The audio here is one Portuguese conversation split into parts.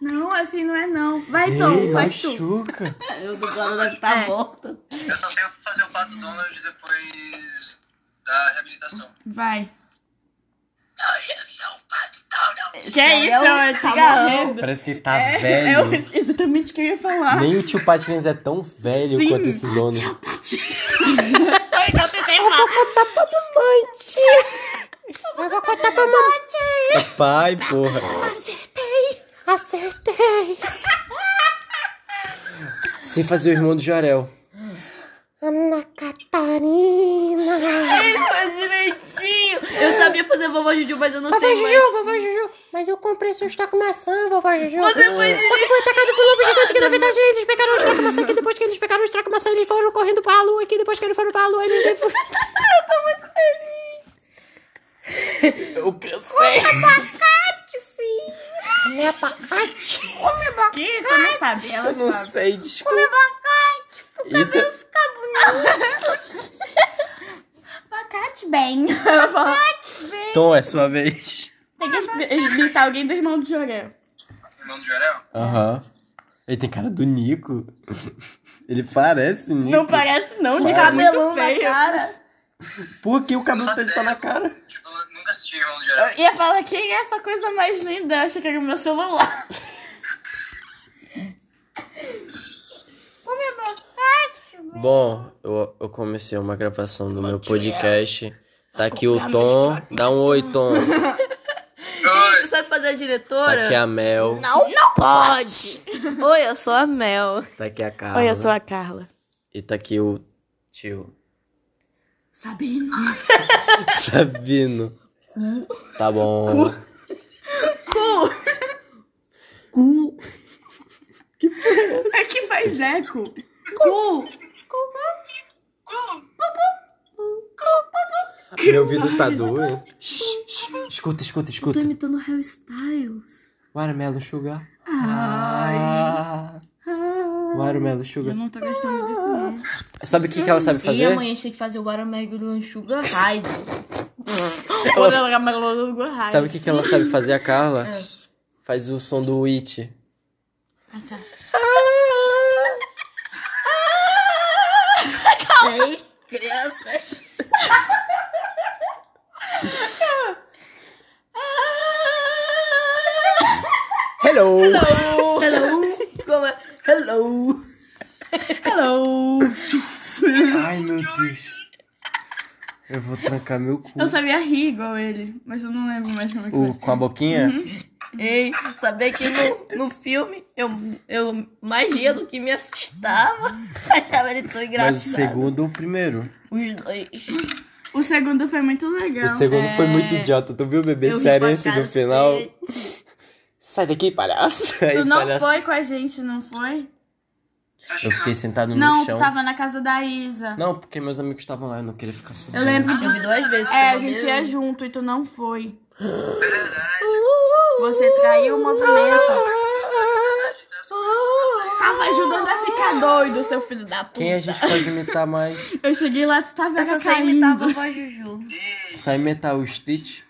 Não, assim não é não. Vai, Ei, Tom, vai tu. machuca. O Dublado deve tá estar É. morto. Eu só tenho que fazer o Pato Donald depois da reabilitação. Vai. Eu sou o Pato Donald. Que é isso, é é um um cigarrão. cigarro. Parece que ele tá É, é velho. o- exatamente o que eu ia falar. Nem o tio Patinhas é tão velho Sim. quanto esse dono. Eu tentei errar. Eu vou contar pra mamãe. É pai, porra. Acertei. Sem fazer o irmão do Jorel. Ana Catarina. direitinho. Eu sabia fazer vovó Juju, mas eu não Vovó sei mais. Juju, vovó Juju. Mas eu comprei seu estoque maçã, vovó Juju. Você foi Só que foi atacado por lobo gigante, que na verdade eles pegaram o estoque maçã, que depois que eles pegaram o estoque maçã, eles foram correndo pra lua, que depois que eles foram pra lua, eles... devo- Eu cansei. Meu abacate. Que? Tu não sabe, ela Eu não sabe. sei, desculpa. um Isso é... Abacate bem. Ela fala. Tom, é sua vez. Tem que expli- explicar alguém do irmão do Jorel. Irmão do Jorel? Aham. Ele tem cara do Nico. Ele parece Nico. Não parece não, de é cabelo cabelão feio. na cara. Por que o cabelo dele tá na cara? Tipo, eu nunca assisti Irmão do Jorel. Ia falar, quem é essa coisa mais linda? Eu achei que era o meu celular. Bom, eu, eu comecei uma gravação do meu podcast. Tá aqui o Tom. Dá um oi, Tom. Tu Oi! sabe fazer Tá a aqui diretora? a Mel. Pode. Oi, eu sou a Mel. Tá aqui a Carla. a Carla. E tá aqui o tio. Sabino. Sabino. Tá bom. Cu. É que faz eco. Cu. Meu ouvido tá doendo. Escuta, escuta, escuta. Tô imitando Harry Styles. Watermelon Sugar. Ai. Watermelon Eu Sugar. Ah. não tô gostando disso, não. Sabe o que, que ela sabe E fazer? amanhã a gente tem que fazer o Watermelon Sugar Ride. Quando ela amarelou no Gohai. Sabe o que, que ela sabe fazer, a Carla? Faz o som do It. Ei, criança. Hello! Hello. Como é? Hello. Hello. Ai, meu Deus. Eu vou trancar meu cu. Eu sabia rir igual ele, mas eu não lembro mais como é que O- foi. com a boquinha? Ei, sabia que no, no filme eu, eu mais ria do que me assustava. Achava ele tão engraçado. Mas o segundo ou o primeiro? Os dois. O segundo foi muito legal. segundo É. foi muito idiota. Tu viu o bebê Eu ri pra cacete. Sai daqui, palhaço. Tu não foi com a gente, não foi? Eu fiquei sentado no Não, chão. tu tava na casa da Isa. Não, porque meus amigos estavam lá, eu não queria ficar sozinho. Eu lembro Eu vi disso. duas vezes. É, a pelo gente ia menos. junto e tu não foi. Você traiu o movimento. Tava ajudando a ficar doido, seu filho da puta. Quem a gente pode imitar mais? Eu cheguei lá, tu tá tava Eu só sei caindo. imitar a vovó Juju. Sai imitar o Stitch.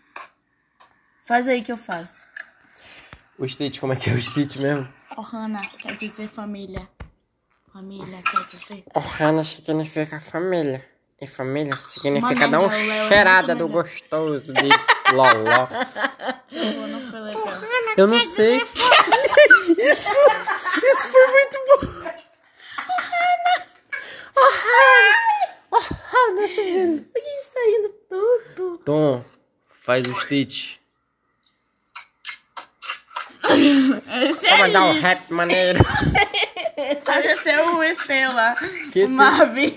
Faz aí que eu faço. O Stitch, como é que é o Stitch mesmo? Oh, Hannah, quer dizer família. Família, quer dizer. Ohana significa família. E família significa Mamãe dar uma Léo, Léo é cheirada muito do melhor. gostoso. De loló. Pô, não foi legal. Eu não sei. Isso, isso foi muito bom. Por que a gente tá rindo tanto? Tom, faz o Stitch. Esse Vou aí, mandar um rap maneiro. deve ser o EP um lá. Que o Marvin.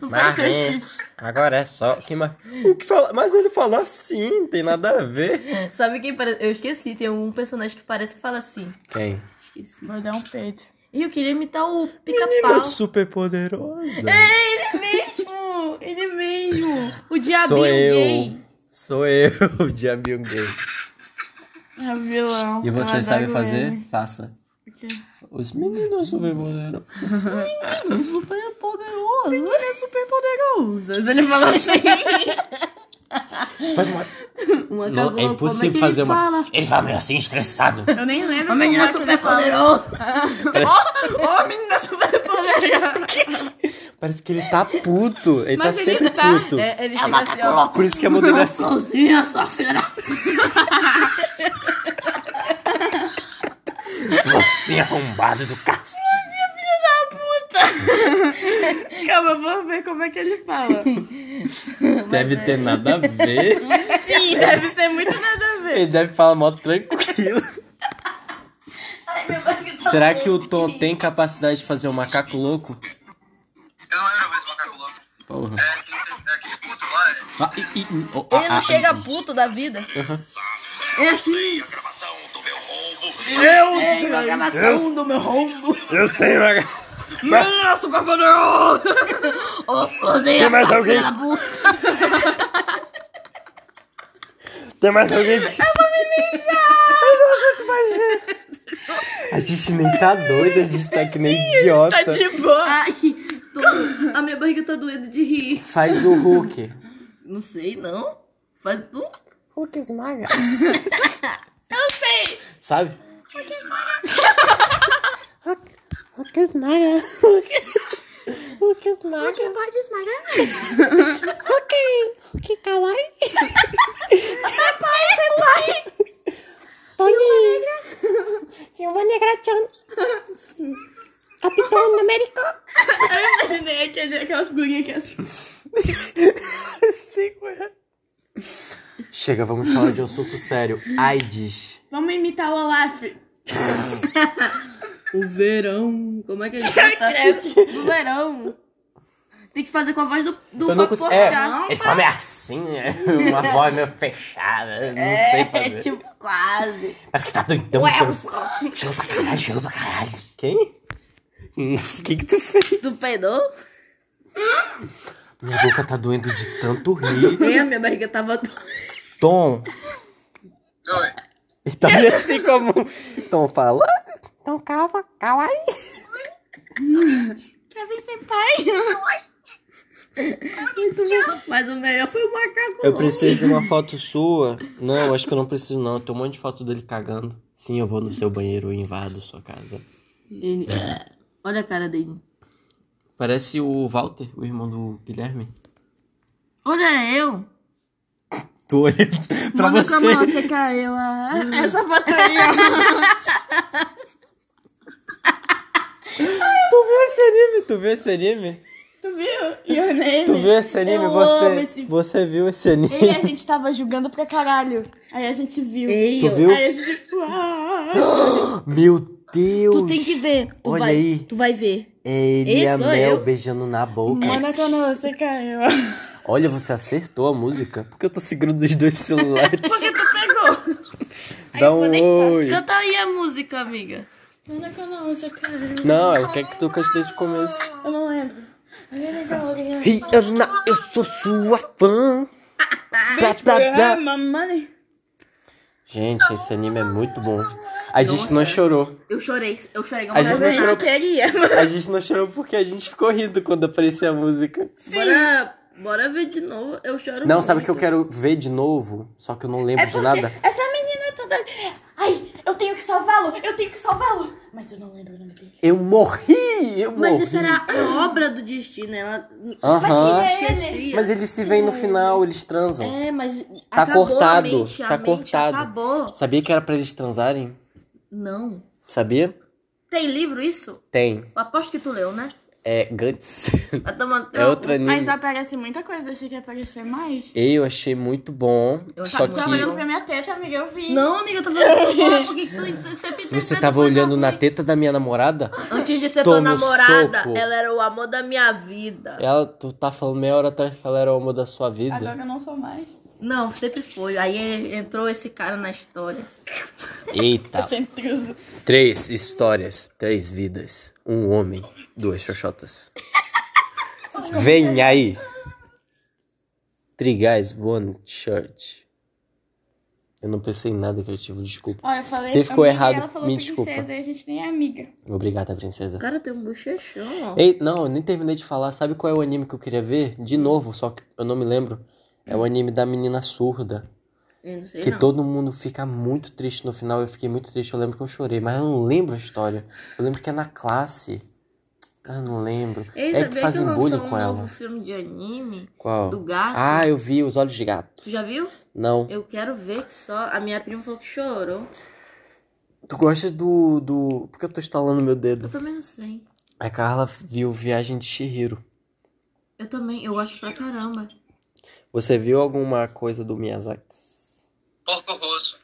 Não Mas, pode ser o Stitch. agora é só. Que mais... o que fala... Mas ele falou assim, tem nada a ver. Sabe quem parece? Eu esqueci, tem um personagem que parece que fala assim. Quem? Esqueci. Vou dar um peito. E eu queria imitar o Menina pica-pau. super poderosa. Ele Tipo, mesmo! Ele mesmo! O diabinho Sou eu. gay. Sou eu, o diabinho gay. É o vilão. E você Eu sabe adoro fazer? ele. Faça. O quê? Os meninos super poderosos. Super poderoso. Ele é super poderoso. Ele fala assim. Faz uma... Um Uma Não, acabou, é como é que impossível ele fazer uma. fala? Ele fala meio assim, estressado. Eu nem lembro Uma como menina é que ele super fala. poderosa. Parece, Ô, menina super poderosa. parece que ele tá puto. Ele Mas tá ele sempre tá. puto. É, ele É chega uma assim, ó. Por isso que a modelo é assim. Sozinha, sua filha da... Você é arrombado do cacete. Calma, eu vou ver como é que ele fala. é. Deve ter nada a ver. Sim, deve ter muito nada a ver. Ele deve falar mó tranquilo. tá Será que o Tom tem capacidade de fazer um macaco louco? Eu não lembro a vez do macaco louco. Porra. É aquele, é aquele puto lá, é. Ah, e- e- oh, ah, Ele não ah, chega puto da vida. É assim. a gravação do meu roubo. um Eu tenho macaco. Ô, sozinha, mais sua alguém? filha da puta. Tem mais alguém? Eu vou me mijar! Eu não aguento mais. A gente nem tá doido, a gente tá tipo- que nem idiota. Ai, tô- a minha barriga tá doendo de rir. Faz o Hulk. Não sei, não. Faz um... Hulk esmaga. Sabe? Hulk esmaga. Hulk- Hulk esmaga. Hulk pode esmagar. Hulk. Hulk kawaii. Você pode, você pode. Tony. E uma negra-chan. Capitão América. Eu imaginei aquele, aquela figurinha que é assim. Chega, vamos falar de um assunto sério. AIDS. Vamos imitar o Olaf. O verão. Como é que ele Do tá? verão. Tem que fazer com a voz do, do Eu não Fábio consigo. É, Porchat. ele fala meio assim, é, uma voz meio fechada. eu Não sei fazer. É, tipo, quase. Parece que tá doidão. Chegou, chegou pra caralho, chegou pra caralho. Quem? O que que tu fez? Tu peidou? Minha boca tá doendo de tanto rir. Nem a minha barriga tava... do- Tom. Oi. Ele tá meio assim como... Tom, fala. Então calma, kawaii. Kevin Senpai. Mas o melhor foi o macaco Eu louco. preciso de uma foto sua. Não, acho que eu não preciso não. Tem um monte de foto dele cagando. Sim, eu vou no seu banheiro e invado sua casa. Ele- é, Olha a cara dele. Parece o Walter, o irmão do Guilherme. Olha é eu. Tô olhando pra Como você. você caiu? ah? Essa foto aí. Tu viu esse anime? Tu viu esse anime? Tu viu? é Your name. Tu viu esse anime? Eu você, amo esse- você viu esse anime? Ele a gente tava julgando pra caralho. Aí a gente viu. Tu viu? Aí a gente. Uau. Meu Deus! Tu tem que ver. Tu Olha vai, aí. Tu vai ver. Ele e Esse a sou Mel eu. beijando na boca. Mano, que você caiu. Olha, você acertou a música. Por que eu tô segurando os dois celulares? Porque tu pegou. Dá um oi. Canta aí a música, amiga. Mano, que você caiu. Não, eu quero que tu cante desde o começo. Eu não lembro. Rihanna, eu sou sua fã. Blá, blá, blá. My money. Gente, esse anime é muito bom. A gente não chorou. Eu chorei. Eu chorei. é A gente não Eu chorou. queria. A gente não chorou porque a gente ficou rindo quando aparecia a música. Bora, bora ver de novo. Eu choro Não, sabe o muito. que eu quero ver de novo? Só que eu não É lembro de Porque nada. Essa menina toda. Ai, eu tenho que salvá-lo. Eu tenho que salvá-lo. Mas eu não lembro o nome dele. Eu morri! Eu Mas morri! isso era a obra do destino. Ela Mas Aham. quem é ele? esquecia. Mas eles se veem no final, eles transam. É, mas Tá acabou cortado, A mente, a tá mente cortado. Acabou. Sabia que era pra eles transarem? Não. Sabia? Tem livro isso? Tem. Eu aposto que tu leu, né? É Guts. Vai tomar- É outro Mas anime. aparece muita coisa. Eu achei que ia aparecer mais. Eu achei muito bom. Eu Só Tu tava olhando que pra minha teta, amiga. Eu vi. Não, amiga, eu tô falando que tu- por que que tu inter- sempre você interpreta tava coisa olhando na ruim? teta da minha namorada. Antes de ser Toma tua o namorada, soco. ela era o amor da minha vida. Ela, tu tá falando meia hora atrás que ela era o amor da sua vida. Agora eu não sou mais. Não, sempre foi. Aí é, entrou esse cara na história. Eita. Sempre uso. Três histórias, três vidas. Um homem, duas xoxotas. Vem aí. Three guys, one shirt. Eu não pensei em nada criativo, desculpa. Ó, eu falei. Você ficou amiga, errado. Ela falou Me princesa, desculpa. E a gente nem é amiga. Obrigada, princesa. O cara tem um bochechão, ó. Ei, não, eu nem terminei de falar. Sabe qual é o anime que eu queria ver? De novo, só que eu não me lembro. É o anime da menina surda. Eu não sei Que não. todo mundo fica muito triste no final. Eu fiquei muito triste. Eu lembro que eu chorei, mas eu não lembro a história. Eu lembro que é na classe. Ah, Eu não lembro. Ei, é que sabia que, fazem lançou bullying um com ela. novo filme de anime? Qual? do gato? Ah, eu vi Os Olhos de Gato. Tu já viu? Não. Eu quero ver que só. A minha prima falou que chorou. Tu gosta do, do. Por que eu tô estalando meu Eu dedo? também não sei. A Carla viu Viagem de Shihiro. Eu também, eu gosto pra caramba. Você viu alguma coisa do Miyazaki? Porco Rosso.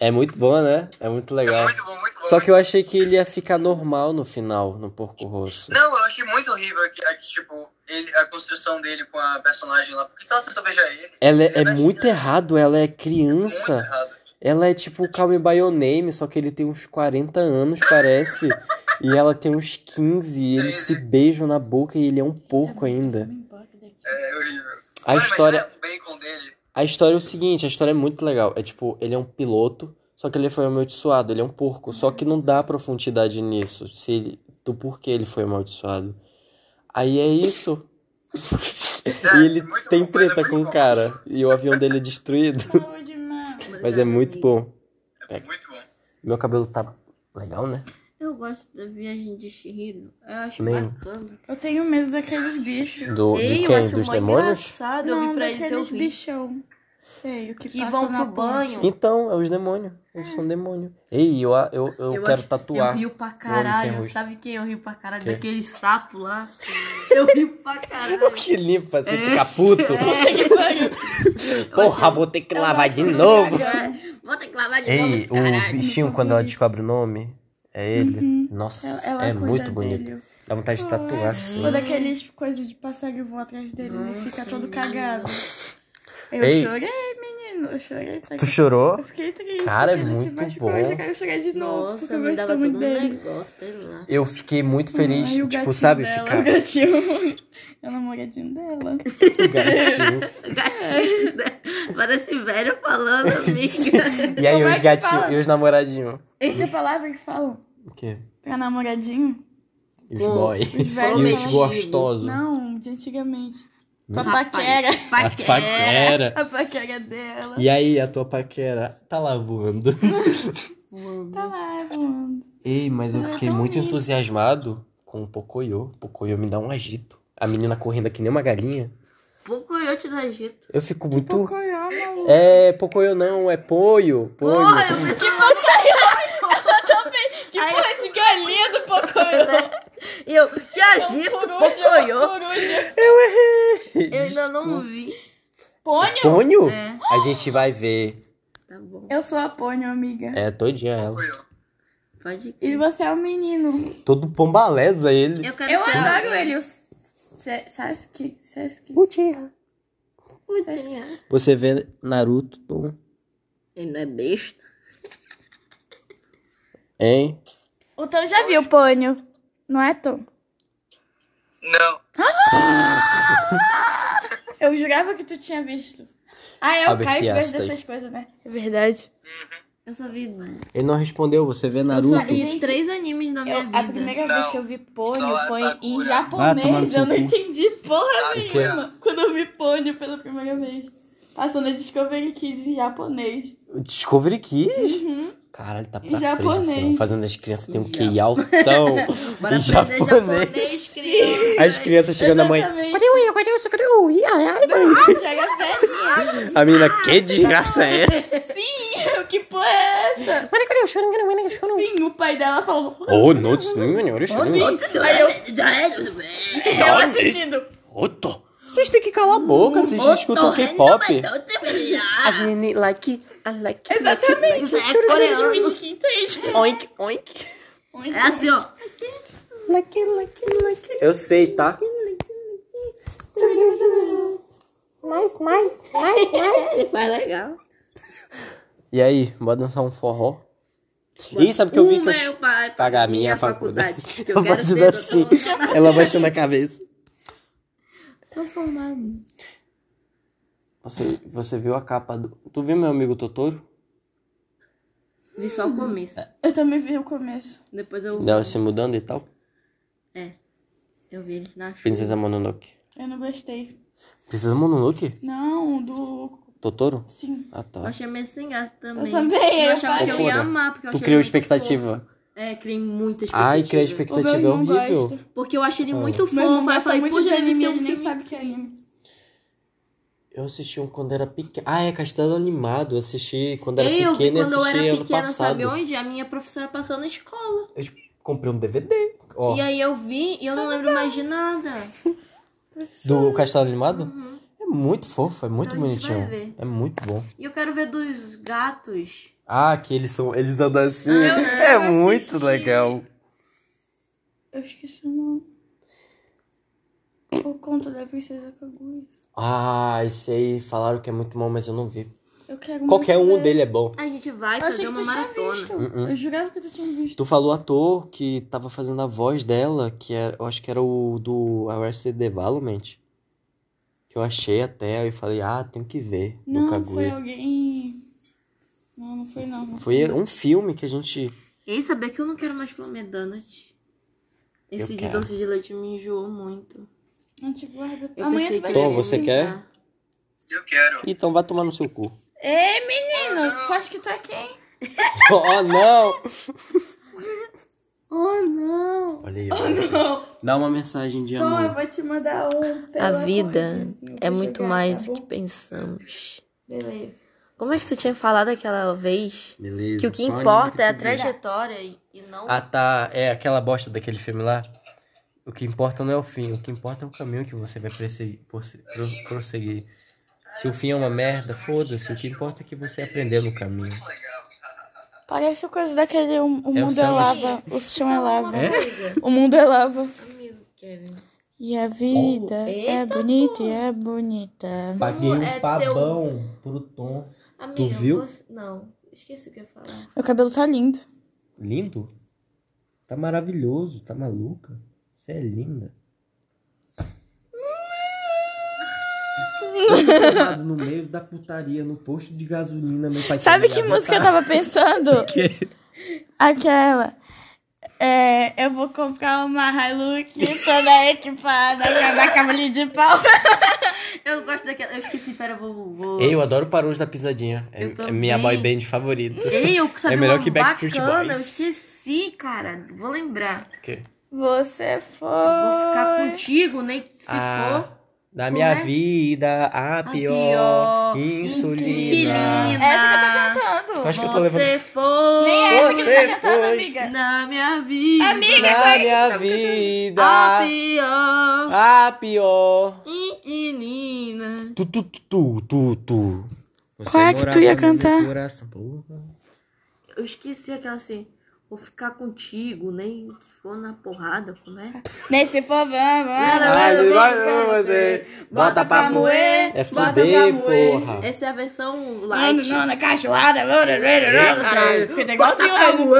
É muito bom, né? É muito É legal. muito bom, muito bom. Só que eu achei que ele ia ficar normal no final, no Porco Rosso. Não, eu achei muito horrível aqui, aqui, tipo, ele, a construção dele com a personagem lá. Por que que ela tentou beijar ele? Ela é, é Verdade, muito né? errado, ela é Muito criança. errado. Ela é tipo o Call Me By Your Name, só que ele tem uns 40 anos, parece. e ela tem uns 15 e eles se beijam na boca e ele é um porco ainda. Me embora daqui. É horrível. A Mano, história. imagina o é bacon dele. A história é o seguinte, a história é muito legal. É tipo, ele é um piloto, só que ele foi amaldiçoado, ele é um porco. Só que não dá profundidade nisso, se ele- do porquê ele foi amaldiçoado. Aí é isso. e ele muito bom, tem mas é treta muito com bom. o cara. E o avião dele é destruído. Falou demais. Mas é muito bom. É muito bom. Meu cabelo tá legal, né? Eu gosto da viagem de Shihiro. Eu acho Nem. bacana. Eu tenho medo daqueles bichos. Do, Ei, de eu quem? acho Dos mó demônios? engraçado. Eu Não, vi pra eles eu daqueles vi. bichão. Feio, que, Que passam vão na pro ponte. banho. Então, é os demônios. Eles são demônios. Ei, eu, eu, eu, Eu quero acho- tatuar. Eu rio pra sem caralho. rosto. Sabe quem eu rio pra caralho? Quem? Daquele sapo lá. Eu rio pra caralho. Que limpa, você É. fica puto. Porra, vou ter que lavar de novo. Vou ter que lavar de novo Ei, esse o caralho. bichinho, quando ela descobre o nome, é ele. Nossa, Uhum. Ela, ela é cuida muito bonito. dele. Dá vontade de tatuar assim. Quando aqueles coisas de passarinho vão atrás dele, ele fica todo cagado. Eu Ei. chorei, menino. Eu chorei. sabe? Tu chorou? Eu fiquei triste. Cara, é porque ele se muito machucou, Eu bom. já quero chorar de novo. porque Nossa, eu me gosto dava todo muito um dele. negócio, sei lá. Eu fiquei muito feliz, Ai, o tipo, gatinho sabe, dela, ficar O gatinho. É o namoradinho dela. o gatinho. Gatinho, né? Parece velho falando, amiga. E aí Como é os que gatinhos fala? e os namoradinhos. Essa é a palavra que falam O quê? pra namoradinho? E os Pô, boy. Os velhos E os falam. gostosos. Não, de antigamente. Hum? Tua Rapaz. paquera. A paquera. A paquera dela. E aí, a tua paquera tá lá voando. Tá lá, voando. Ei, mas eu Não é fiquei tão muito lindo. entusiasmado com o Pocoyo. Pocoyo me dá um agito. A menina correndo que nem uma galinha. Pocoyote do Egito. Eu fico muito. Pocoyó, maluco. É, Pocoyo não, é Poio. Poio. Porra, eu pensei Que porra de galinha do Pocoyó. E eu, que agito, Pocoyo. Eu ainda não Desculpa. vi. Pônio? Ponho? É. A gente vai ver. Tá bom. Eu sou a Pônio, amiga. É, todinha ela. Foi eu. Pode E ir. você é um menino. Todo pombaleza ele. Eu quero Eu ser é adoro alguém. ele. O Se- Sasuke. Sasuke. Putinha. Você vê Naruto, tu- Ele não é besta. hein? O Tom já viu o Pônio. Não é, Tom? Não. Eu jurava que tu tinha visto. Ah, é o Abre Caio que gosta aspas. dessas coisas, né? É verdade. Eu só vi, Ele não respondeu, você vê Naruto. só vi Gente, três animes na minha Eu- vida. a primeira Não. vez que eu vi pônio Só foi Sakura. em Ah, tomar no japonês. seu eu não cu. entendi porra Ah, o quê? nenhuma quando eu vi pônio pela primeira vez. Tá, Passou na Discovery Kids em japonês. Discovery Kids? Uhum. Caralho, tá pra Em frente assim, japonês. ó. fazendo as crianças ter um QI altão. em Bora aprender japonês. japonês, criança. As crianças chegando na mãe. Exatamente. Ah, Cadê o Ia? Cadê o Ia? Cadê o Ia? Ai, mãe. Já era velhinha. A menina, que desgraça é essa? Sim, que porra é essa? Olha, cadê o choro? Cadê o Ia? Cadê o choro? Sim, o pai dela falou. Oh, não, isso não é melhor, isso não é melhor. Aí eu, Aí eu assistindo. Oto. Vocês têm que calar a boca, vocês escutam é K-pop. I really like it. I like it. Exatamente. É A gente coreano. finge que entende. Oink, oink. É assim, ó. Like it, like it, like it. Eu sei, tá? Nice, nice, nice, nice. Mas legal. E aí, bora dançar um forró? Ih, sabe o que eu vi o que eu... meu pai pagar a minha faculdade. que Eu quero faço ser assim. doutor. Ela baixando a cabeça. Sou formado. Você, você viu a capa do... Tu viu meu amigo Totoro? Vi só o Hum. começo. Eu também vi o começo. Depois eu, Dela se mudando e tal? eu vi ele na chuva. Princesa Mononoke. Eu não gostei. Precisa Mononoke? Não, do. Totoro? Sim. Ah, tá. Eu achei meio sem graça também. Eu também, Eu eu achava que eu ia Loucura. amar, porque eu Tu achei criou ele muito expectativa. fofo. É, criei muita expectativa. Ai, criar O meu expectativa é irmão horrível. gosta. Porque eu achei ele Ah. muito Meu irmão fofo. Aí eu gosta falei, muito pô, de deve anime, ser um ele nem filme. sabe que é anime. Eu assisti um quando era pequeno. Ah, é Castelo Animado. Eu assisti quando era Eu vi pequeno e quando eu assisti era ano pequena, sabe passado. onde? A minha professora passou na escola. Comprei um DVD. Ó, E aí eu vi e eu Tá não lembro mais de nada. do Castelo Animado? É muito fofo, é muito Então Uhum. a gente vai bonitinho. ver. É muito bom. E eu quero ver dos gatos. Ah, que eles são. Eles andam assim. Ah, eu é assisti. muito legal. Eu esqueci o nome. O conto da princesa Kaguya. Ah, esse aí falaram que é muito bom, mas eu não vi. Eu quero Qualquer muito um ver. dele é bom. A gente vai Eu achei fazer que uma tu tinha visto. maratona. Uhum. Eu jurava que tu tinha visto. Tu falou ator que tava fazendo a voz dela, que é- eu acho que era o do Arrested Development. Que eu achei até, e falei, ah, tenho que ver no Não, foi Kaguya. alguém. Não, não foi não. Foi um filme que a gente. E saber que eu não quero mais comer donut. Esse Eu de quero. doce de leite me enjoou muito. Não te guarda. Eu Amanhã pensei tu vai que eu Tom, ia você vomitar. Eu quero. Então vai tomar no seu cu. Ei, menino, tu acha que tu é quem? oh, não! Oh, não. Olha aí, ó. dá uma mensagem de Tom, eu amor. vou te mandar um. A pela vida corrente, assim, eu é vou muito jogar, mais tá do que bom? pensamos. Beleza. Como é que tu tinha falado aquela vez? Beleza. Que o que só importa é a anime que tu vê. trajetória e e não. Ah, tá. É aquela bosta daquele filme lá. O que importa não é o fim, o que importa é o caminho que você vai perseguir, porse- pro- prosseguir. Se o fim é uma merda, foda-se. O que importa é que você aprendeu no caminho. Parece o coisa daquele. O, o É o mundo é céu, lava. O chão é Fala uma lava. coisa, O mundo é lava. Amigo Kevin. E a vida Oh. é Eita, bonita e é bonita. Paguei é um teu- pavão pro Tom. Amigo, viu? você- Não, esqueci o que eu ia falar. Meu cabelo tá lindo. Lindo? Tá maravilhoso, tá maluca? Você é linda. Queimado no meio da putaria, no posto de gasolina, meu pai. Sabe tá que ligado, música eu tá? tava pensando? Aquela. É, eu vou comprar uma Hilux toda equipada pra dar cavalinho de pau. Eu gosto daquela. Eu esqueci, pera, eu vou. vou... Ei, eu adoro Paroujo da Pisadinha. É, Eu é minha boy também. band favorita. Ei, eu sabia É melhor uma que Backstreet bacana, Boys. Eu esqueci, cara. Vou lembrar. Que- Você foi. Vou ficar contigo, nem que se Ah, na Como minha é? vida, a for. pior, Inquilina. insulina. Essa que eu tô cantando. Acho que eu tô levando. Você foi Nem é essa que eu Você tô cantando, foi. amiga. na minha vida. Amiga, Na vai. minha vida, A pior a pior. inquilina. Tu, tu, tu, tu, tu, tu. Você Qual é que tu morava ia no meu cantar? coração, porra. Eu esqueci aquela assim. Vou ficar contigo, nem que for na porrada, como é? Nesse povão, mano. Ai, eu vai vou você, bota pra moer. É bota fuder, pra moer. porra. Essa é a versão Não, light. não, na cachoada. Caralho. Fica igualzinho mesmo.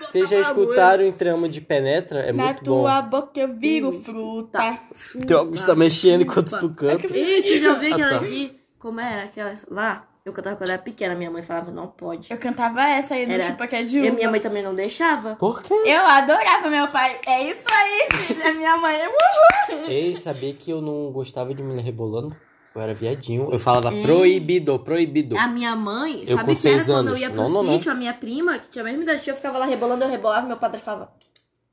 Vocês já escutaram em trama de penetra? É Na muito bom. tua boca eu viro fruta. Teu óculos tá mexendo enquanto tu É canta. Ih, tu já ouviu aquela tá. aqui? Como era aquela lá? Eu cantava quando era pequena, minha mãe falava, não pode. Eu cantava essa aí do Era. Chupa que é de E a uva. minha mãe também não deixava. Por quê? Eu adorava meu pai. É isso aí, filha. Minha mãe é Ei, sabia que eu não gostava de menina rebolando? Eu era viadinho. Eu falava proibido, proibido. A minha mãe, Eu sabe com que era seis quando eu anos. ia pro Não, não, não. sítio, a minha prima, que tinha a mesma idade, que eu ficava lá rebolando, eu rebolava, meu padre falava,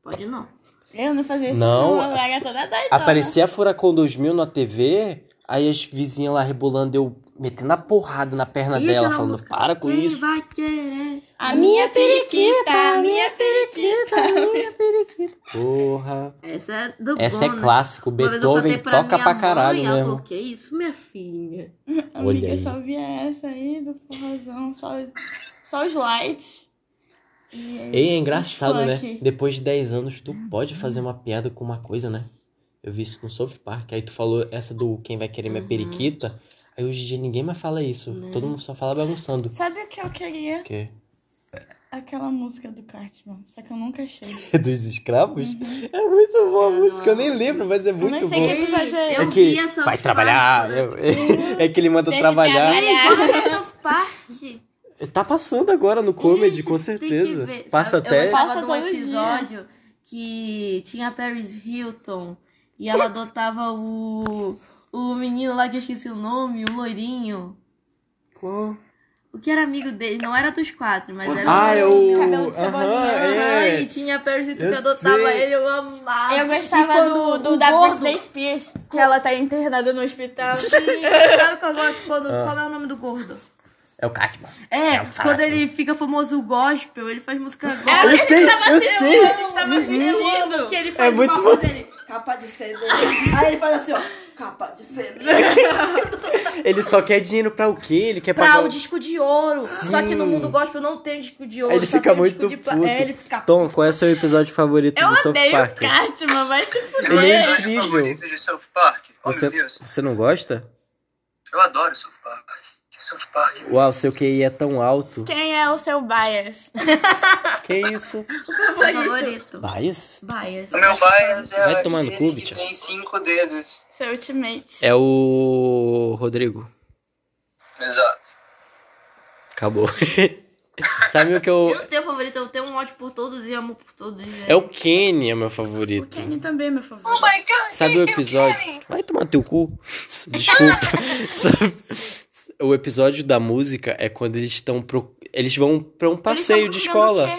pode não. Eu não fazia isso. Não, Eu era toda então, doidona. né? Aparecia Furacão 2000 na TV, aí as vizinhas lá rebolando, eu metendo a porrada na perna E dela, aquela falando, música, para com Quem isso. vai querer? A minha periquita, a minha periquita. Porra. Essa é do Essa é Bono. clássico. Uma vez eu Beethoven cantei pra toca minha pra caralho mãe, ela mesmo. falou, que isso, minha filha? Amiga, aí. eu só via essa aí do forrozão. Só, os- só os lights. E aí- Ei, é engraçado, né? Funk. Depois de 10 anos, tu pode fazer uma piada com uma coisa, né? Eu vi isso no South Park. Aí tu falou essa do quem vai querer minha Uhum. periquita. Aí hoje em dia ninguém mais fala isso. Né? Todo mundo só fala bagunçando. Sabe o que eu queria? O quê? Aquela música do Cartman. Só que eu nunca achei. Dos escravos? Uhum. É muito boa a não, música. Eu não. nem lembro, mas é nem muito sei bom. que- episódio é eu É que vi essa vai trabalhar. Park, É, é que ele manda Tem que trabalhar. trabalhar. South Park. Tá passando agora no comedy, com Tem que certeza. ver, Passa sabe? Eu até. gostava Passa de todo um dia. episódio que tinha a Paris Hilton e ela adotava o, o menino lá que eu esqueci o nome, o loirinho. Qual? O que era amigo dele, não era dos quatro, mas era um Ah, é loirinho. o. cabelo de Aham, cebolinha. Aham, é. e tinha a Percy que Eu eu adotava sei. ele, eu amava. Eu Ah, E gostava quando do, do o da gordo- Britney Spears, que ela tá internada no hospital. Sim, Sabe o que eu gosto quando. Qual é o nome do gordo? Ah. É o Catman. É, o que fala quando assim. É, ele fica famoso o gospel, ele faz música gospel. É, Eu sei, eu Eu sei. Uhum. estava assistindo. Que ele faz muito uma bom. coisa, ele, Capa de CD. Aí ele faz assim, ó. Capa de CD. Ele só quer dinheiro pra o quê? Ele quer Pra pagar. o disco de ouro. Só que no Sim. mundo gospel não tem disco de ouro. Ele só fica tem disco muito de puto. pla- É, ele fica Tom, qual é o seu episódio favorito Eu do South odeio o Park? Cartman, vai se fuder. Ele é Episódio incrível. favorito de South Park. Oh, Você, meu Deus. você não gosta? Eu adoro South Park. South Park. Uau, seu QI é tão alto. Quem é o seu bias? Que isso? favorito. Bias? Bias. O meu bias é Vai tomar no aquele clube, que tio. tem cinco dedos. Seu ultimate. É o Rodrigo. Exato. Acabou. Sabe o que eu. O teu favorito, eu tenho um ódio por todos e amo por todos. né? É o Kenny, é meu favorito. Kenny também é meu favorito. Oh my God, Sabe o episódio? Vai tomar teu cu. Desculpa. Sabe? O episódio da música é quando eles estão pro... eles vão pra um passeio de escola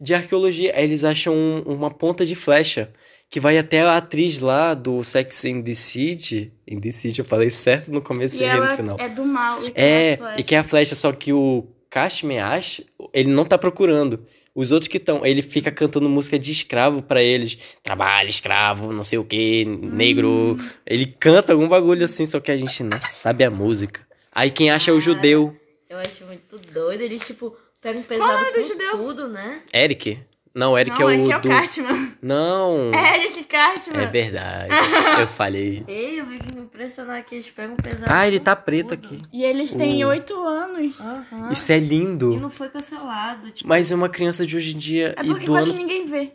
de arqueologia. Aí eles acham um- uma ponta de flecha que vai até a atriz lá do Sex and the City. In the City, eu falei certo no começo e, E errei ela no final. é do mal. e É, quer a e flecha. que é a flecha, só que o Kashmir Ash, ele não tá procurando. Os outros que estão, ele fica cantando música de escravo pra eles. Trabalho, escravo, não sei o que, Hum. negro. Ele canta algum bagulho assim, só que a gente não sabe a música. Aí quem acha é Ah. o judeu, Eu acho muito doido. Eles, tipo, pegam pesado nome do judeu? com tudo, né? Eric. Não, Eric Não, é o aqui é o do... Cartman. Não, Eric é Cartman. verdade. Eu falei. Ei, eu fico impressionado que eles pegam pesado Ah, ele com tá preto tudo. aqui. E eles têm O- oito anos. Aham. Isso é E lindo. não foi cancelado. Tipo, Mas é uma criança de hoje em dia É e porque do quase ano... ninguém vê.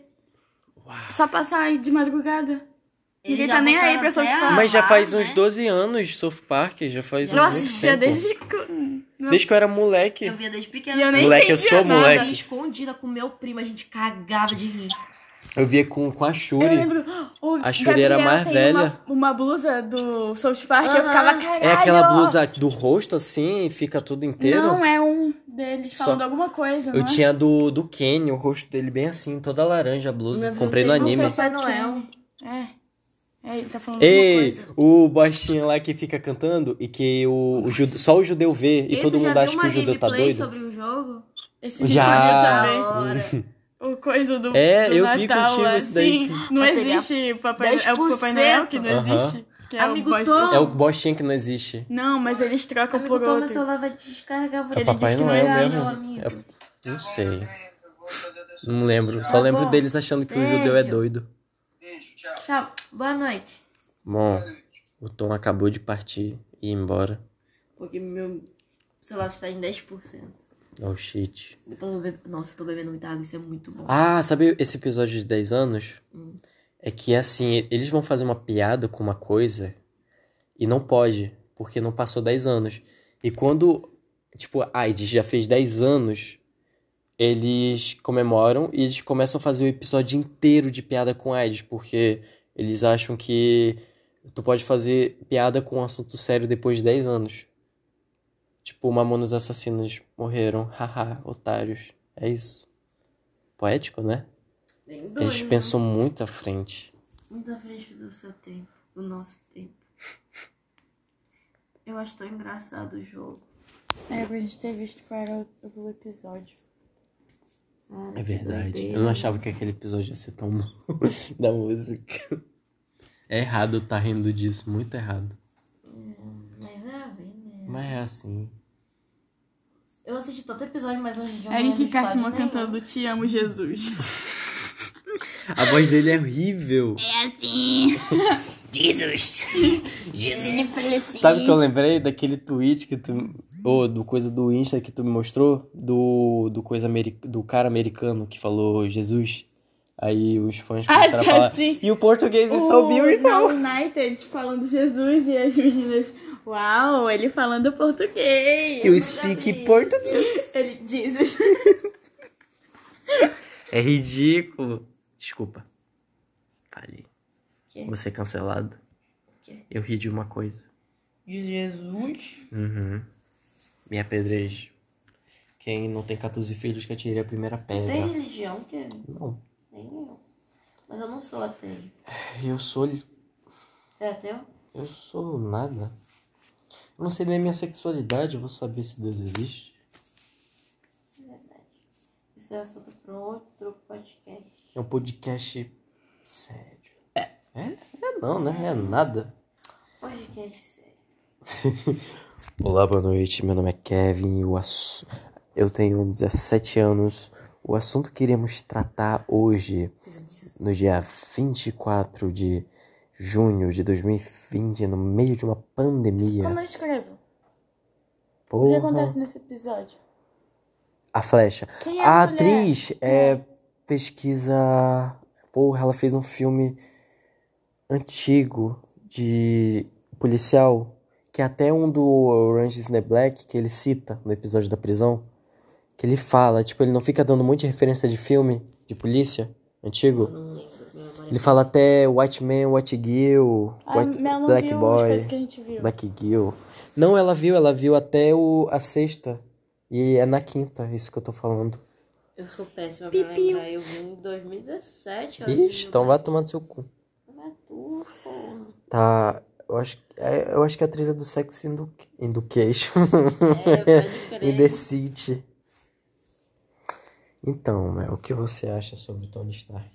Só passar de madrugada. eles ninguém já tá nem aí botaram pra até South a Ah, Mas já barra, faz né? uns 12 anos, South Park, já faz Eu uns muito assistia tempo. desde que. Não. Desde que eu era moleque. Eu via desde pequena. E eu nem Moleque, eu entendia sou nada. moleque. Eu ia escondida com meu primo, a gente cagava de rir. Eu via com, com a Eu Shuri. lembro. O A Shuri era Gabriel mais tem velha. Uma, uma blusa do South Park, eu Aham. ficava caralho. É aquela blusa do rosto assim, e fica tudo inteiro. Não, é um deles Só- falando alguma coisa. Eu não é? tinha do, do Kenny, o rosto dele bem assim, toda laranja a blusa. Comprei no Não sei anime. se é Papai Noel. quem. É. É, ele tá falando Ei, alguma coisa. o bostinho lá que fica cantando e que o, o jude- só o judeu vê e Ei, todo tu já mundo viu acha que uma o judeu tá gameplay doido. Ah, sobre o jogo? Esse é Já. já. Da hora. também. O coisa do. É, do eu vi Natal, contigo assim. isso daí. Não Vai pegar existe Papai, é o Papai 10%. Noel que não Aham. existe. Que é Amigo o boy- Tom. É o bostinho que não existe. Não, mas eles trocam Amigo, por toma outro. meu celular, vai descarregar. É Ele o Papai disse que Noel não era mesmo. meu amigo. É- não sei. Não lembro. Só Tá lembro bom. deles achando que o judeu é Beijo. doido. Beijo, tchau. Tchau, boa noite. Bom, o Tom acabou de partir e ir embora. Porque meu celular está em 10%. Oh shit. Depois eu vou be... Nossa, eu tô bebendo muita água, isso é muito bom. Ah, sabe esse episódio de 10 anos? É que assim, eles vão fazer uma piada com uma coisa e não pode, porque não passou 10 anos. E quando, tipo, a AIDS já fez 10 anos, eles comemoram e eles começam a fazer o episódio inteiro de piada com AIDS, porque eles acham que tu pode fazer piada com um assunto sério depois de 10 anos. Tipo, mamonos assassinos morreram, haha, otários. É isso. Poético, né? Bem doido, Eles né? pensam muito à frente. Muito à frente do seu tempo, do nosso tempo. Eu acho tão engraçado o jogo. É, pra gente ter visto qual era o, o episódio. É verdade. Eu não achava que aquele episódio ia ser tão bom da música. É errado tá rindo disso, muito errado. Mas é, bem, né? Mas é assim. Eu assisti tanto episódio, mas hoje em dia eu não Eric lembro e de quase Cartman nenhum. assim, cantando Te Amo Jesus. A voz dele é assim. horrível. Ele falou assim. Sabe o que eu lembrei daquele tweet que tu. Ou do coisa do Insta que tu me mostrou? Do, do, coisa ameri- do cara americano que falou Jesus. Aí os fãs Ah, começaram a tá, falar. sim. E assim. o português é so beautiful. na United falando Jesus e as meninas. Uau, ele falando português. Eu speak português. Ele Jesus. É ridículo. Desculpa. Falei. Quê? Vou ser cancelado. quê? Eu ri de uma coisa. De Jesus? Uhum. Me apedreje. Quem não tem 14 filhos que atire a primeira pedra. Tem religião, Kevin? Não. Nem eu. Mas eu não sou ateu. Eu sou. Você é ateu? Eu sou nada. Eu não sei nem a minha sexualidade, eu vou saber se Deus existe. Verdade. Isso é assunto para outro podcast. É um podcast sério. É. É, é não, né? É nada. Podcast sério. Olá, boa noite. Meu nome é Kevin. O ass... Eu tenho 17 anos. O assunto que iremos tratar hoje, no dia 24 de junho de 2020, no meio de uma pandemia. Como eu escrevo? O que Porra. acontece nesse episódio? A flecha. Quem é a a mulher? Hum. atriz é pesquisa. Porra, ela fez um filme antigo de policial. Que é até um do Orange is the New Black que ele cita no episódio da prisão. Que ele fala, tipo, ele não fica dando um monte de referência de filme de polícia Hum, antigo. Ele fala até White Man, White Girl, A White, Mel não Black viu as Boy. coisas que a gente viu. Black Gill. Não, ela viu, ela viu até o, a sexta. E é na quinta, isso que eu tô falando. Eu sou péssima pra lembrar. Eu vim em 2017. eu Ixi, vim então no- vai tomar no seu cu. Não é tu, porra. Tá. Eu acho, é, eu acho que a atriz é do Sex Edu- Education. É, faz diferença. In the City. Então, Mel, o que você acha sobre Tony Stark?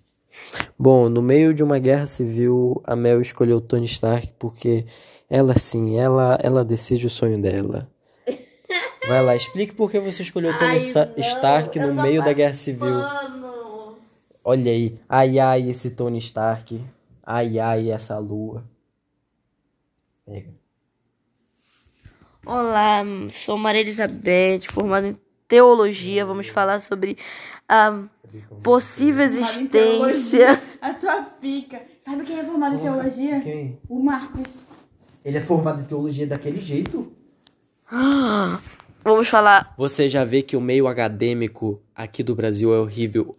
Bom, no meio de uma guerra civil, a Mel escolheu Tony Stark porque ela sim, ela, ela decide o sonho dela. Vai lá, explique por que você escolheu Tony Ai, Sa- não, Stark eu no sou meio da guerra civil. Mano, Olha aí, ai ai esse Tony Stark, ai ai essa lua. Pega. Olá, sou Maria Elizabeth, formada em teologia. Vamos Hum. falar sobre a possível Formada em existência. teologia. A tua pica. Sabe quem é formado em teologia? Quem? O Marcos. Ele é formado em teologia daquele jeito? Vamos falar. Você já vê que o meio acadêmico aqui do Brasil é horrível.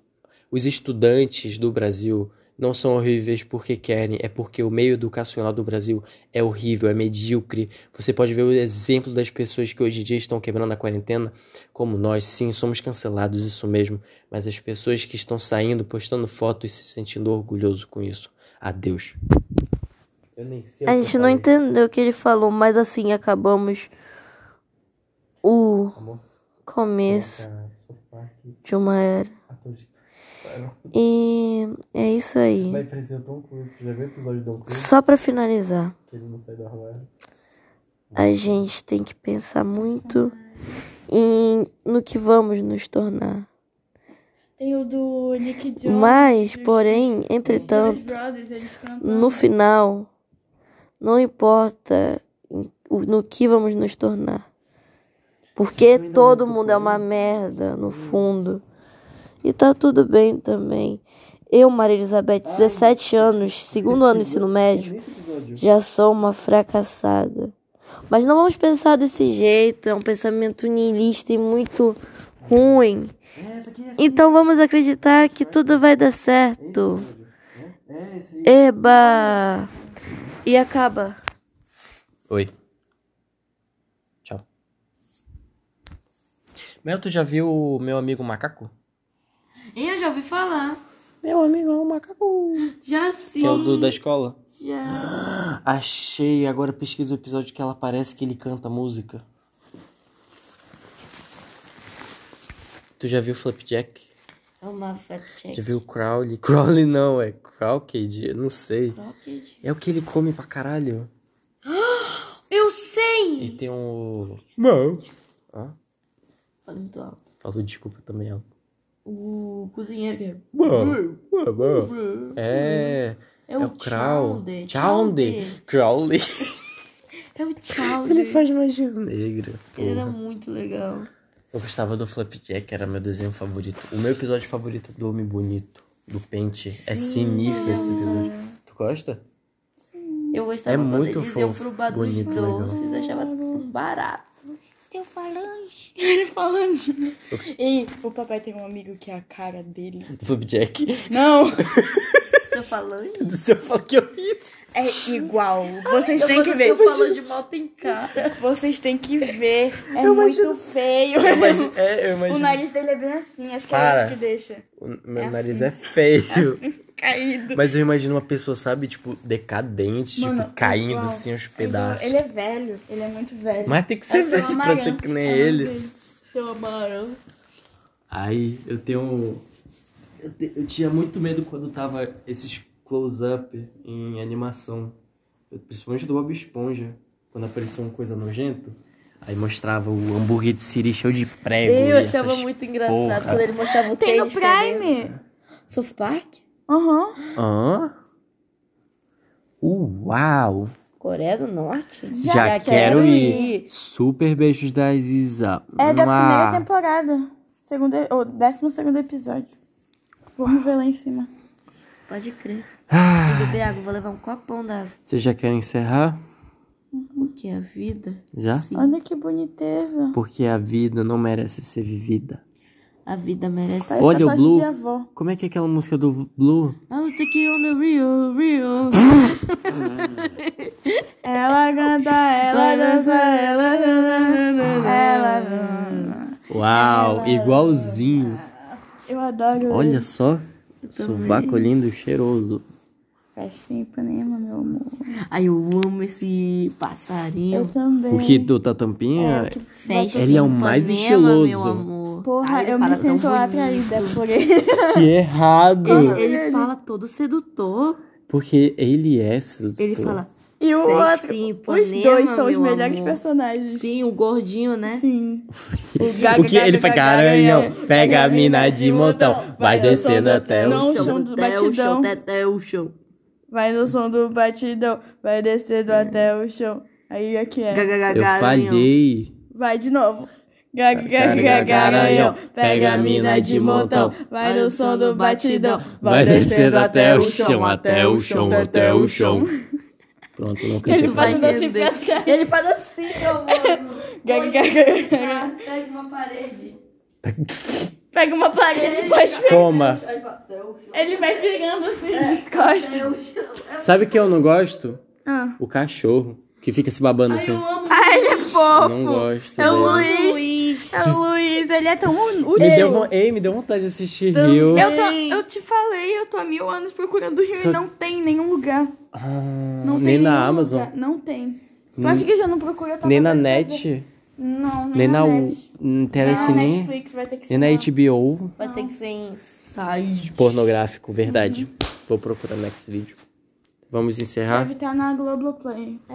Os estudantes do Brasil não são horríveis porque querem, é porque o meio educacional do Brasil é horrível, é medíocre. Você pode ver o exemplo das pessoas que hoje em dia estão quebrando a quarentena, como nós, sim, somos cancelados, isso mesmo. Mas as pessoas que estão saindo, postando fotos e se sentindo orgulhoso com isso. Adeus. Eu nem sei. A gente não entendeu o que ele falou, mas assim acabamos o começo de uma era. E é isso aí. Vai parecer o Tom Cruise. Já viu o episódio do Tom Cruise? Só pra finalizar, Que ele não sai do armário. a gente tem que pensar muito em no que vamos nos tornar. Tem o do Nick Jones. Mas, dos- porém, dos Jonas entretanto, Brothers, eles cantam. no final, não importa em- o- no que vamos nos tornar. Porque Isso ainda todo muito mundo é uma merda, no fundo. E tá tudo bem também. Eu, Maria Elizabeth, 17 anos, segundo ano do ensino médio, já sou uma fracassada. Mas não vamos pensar desse jeito, é um pensamento niilista e muito ruim. É, Então vamos acreditar que tudo vai dar certo. Eba! E acaba. Oi. Tchau. Mel, tu já viu o meu amigo macaco? Eu já ouvi falar. Meu amigo é um macaco. Já sim. Que é o do, da escola? Já. Achei, agora pesquisa o episódio que ela parece que ele canta música. Tu já viu Flapjack? É uma fatia. Já viu Crowley? Crowley não, é Crowkid, eu não sei. É o que ele come pra caralho. Eu sei! E tem um. Não. Ah, Fala muito alto. falou desculpa também, ela. O cozinheiro que é. Bom, bom, bom. É. É o Chowder. Crowley. Chowder. Crowley. É o tchau. magia negra. Ele era um- muito legal. Eu gostava do Flapjack, era meu desenho favorito. O meu episódio favorito é do Homem Bonito, do Pente. É sinistro esse episódio. Tu gosta? Eu gostava É quando muito eles iam fofo, pro bar dos bonito, legal. doces, eu achava tudo barato. Teu falange. Ele falange. Ei, o papai tem um amigo que é a cara dele. Do Flapjack. Não! Seu falante? do céu, eu falo que horrível. É igual. Vocês têm que ver. Seu falante mal tem cara. Vocês têm que ver. É Eu muito imagino- feio. Eu imagino, é, eu imagino. O nariz dele é bem assim. Acho que é Para. isso que deixa. O meu é nariz assim. é feio. Caído. Mas eu imagino uma pessoa, sabe, tipo, decadente, Mano, tipo, caindo igual. assim aos pedaços. Ele é velho. Ele é muito velho. Mas tem que ser É o seu verde pra ser amarelo. que nem É ele. Seu amarelo. Aí eu tenho. Eu, te- eu tinha muito medo quando tava esses close-up em animação. Eu- principalmente do Bob Esponja. Quando aparecia uma coisa nojenta. Aí mostrava o hambúrguer de siri cheio de prego. Eu e achava essas muito engraçado porra. quando ele mostrava o Tem no tênis. fedendo. Prime. South Park? Aham. Hã? Uau! Coreia do Norte? Já, Já quero, quero ir. ir. Super beijos da Isa. É da primeira Mua. temporada. Segundo, ou décimo segundo episódio. Vamos ver lá em cima. Pode crer. Ah, Vou beber água, vou levar um copão d'água. Vocês já querem encerrar? Porque a vida. Já? Sim. Olha que boniteza. Porque a vida não merece ser vivida. A vida merece. Ah, Parece Olha a o tosse Blue. de avó. Como é que é aquela música do Blue? I'm taking on the Rio, Rio. Ela canta, ela dança, ela ela dança. Uau, igualzinho. é. Eu adoro. Olha ele. só. Sovaco lindo e cheiroso. Faz tempo nenhuma, meu amor. Ai, eu amo esse Eu passarinho. também. O que do tá tampinha? Festa Ele é o em mais Ipanema, estiloso. Meu amor. Porra, Ai, ele eu me fala tão sinto bonito. atraída por ele. Que errado. Ele, ele fala todo sedutor. Porque ele é sedutor. Ele fala, E o Festa outro. em Os Ipanema, dois são os meu melhores amor. personagens. sim, o gordinho, né? Sim. O, O que ele faz? é, Garanhão, pega a mina de montão, vai descendo até o Não, chão. um chão do Até o chão, batidão. até o chão. Vai no som do batidão, vai descendo até o chão. Aí aqui é. Eu Gagagaranhão. falhei. Vai de novo. Ga- ga- ga- Garanhão, Garanhão, pega a mina de montão, vai no som do batidão, vai descendo até o chão, até o chão, até o chão. Pronto, não Ele cantei. faz vai assim render. pra trás. Ele faz assim, Ga- ga- ga- ga- Pega uma parede. Pega uma parede, pode pegar. Toma. É. Ele vai pegando assim de costas. Sabe o que eu não gosto? Ah. O cachorro, que fica se babando assim. Ai, ele é Não fofo. gosto. É o dele. Luiz. É o Luiz, ele é tão Me útil. deu, von- ei, me deu vontade de assistir Rio. Eu, tô- eu te falei, eu tô há mil anos procurando o Rio Só- e não tem em nenhum lugar. Ah, Não tem nem em na nenhum Amazon, lugar. Não tem. Tu acha que já não procura? eu tava nem na vendo. net, Não, nem, nem na U- net. n- Nem na Telecine, Netflix, vai ter que nem na ser lá. HBO. Vai ter que ser em site. Pornográfico, verdade. Uhum. Vou procurar no next vídeo. Vamos encerrar. Deve estar na Globoplay. É,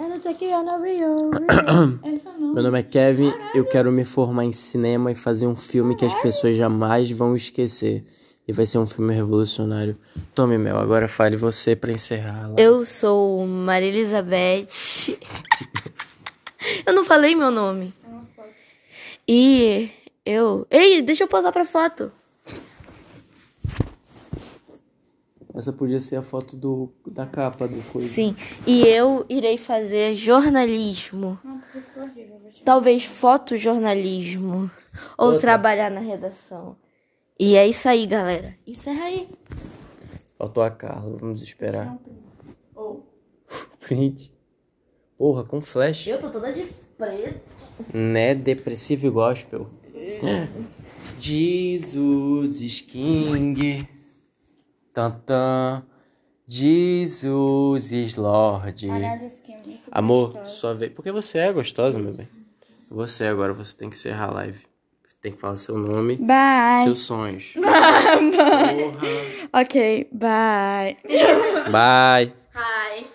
Essa não. Meu nome é Kevin, eu quero me formar em cinema e fazer um filme que as pessoas jamais vão esquecer. E vai ser um filme revolucionário. Tome, Mel, agora fale você pra encerrar. lá. Eu sou Maria Elizabeth. eu não falei meu nome. E eu. Ei, deixa eu posar pra foto. Essa podia ser a foto do, da capa do coisa. Sim. E eu irei fazer jornalismo. Talvez fotojornalismo. Ou trabalhar na redação. E é isso aí, galera. Encerra aí. Faltou a Carla, vamos esperar. um Print. Porra, com flash. Eu tô toda de preto. Né, depressivo e gospel. Jesus is King. Tantan. Jesus is Lord. Amor, sua vez. Porque você é gostosa, meu bem. Você agora, você tem que encerrar a live. Tem que falar seu nome, Bye. seus sonhos. Ok, bye. Bye. Hi.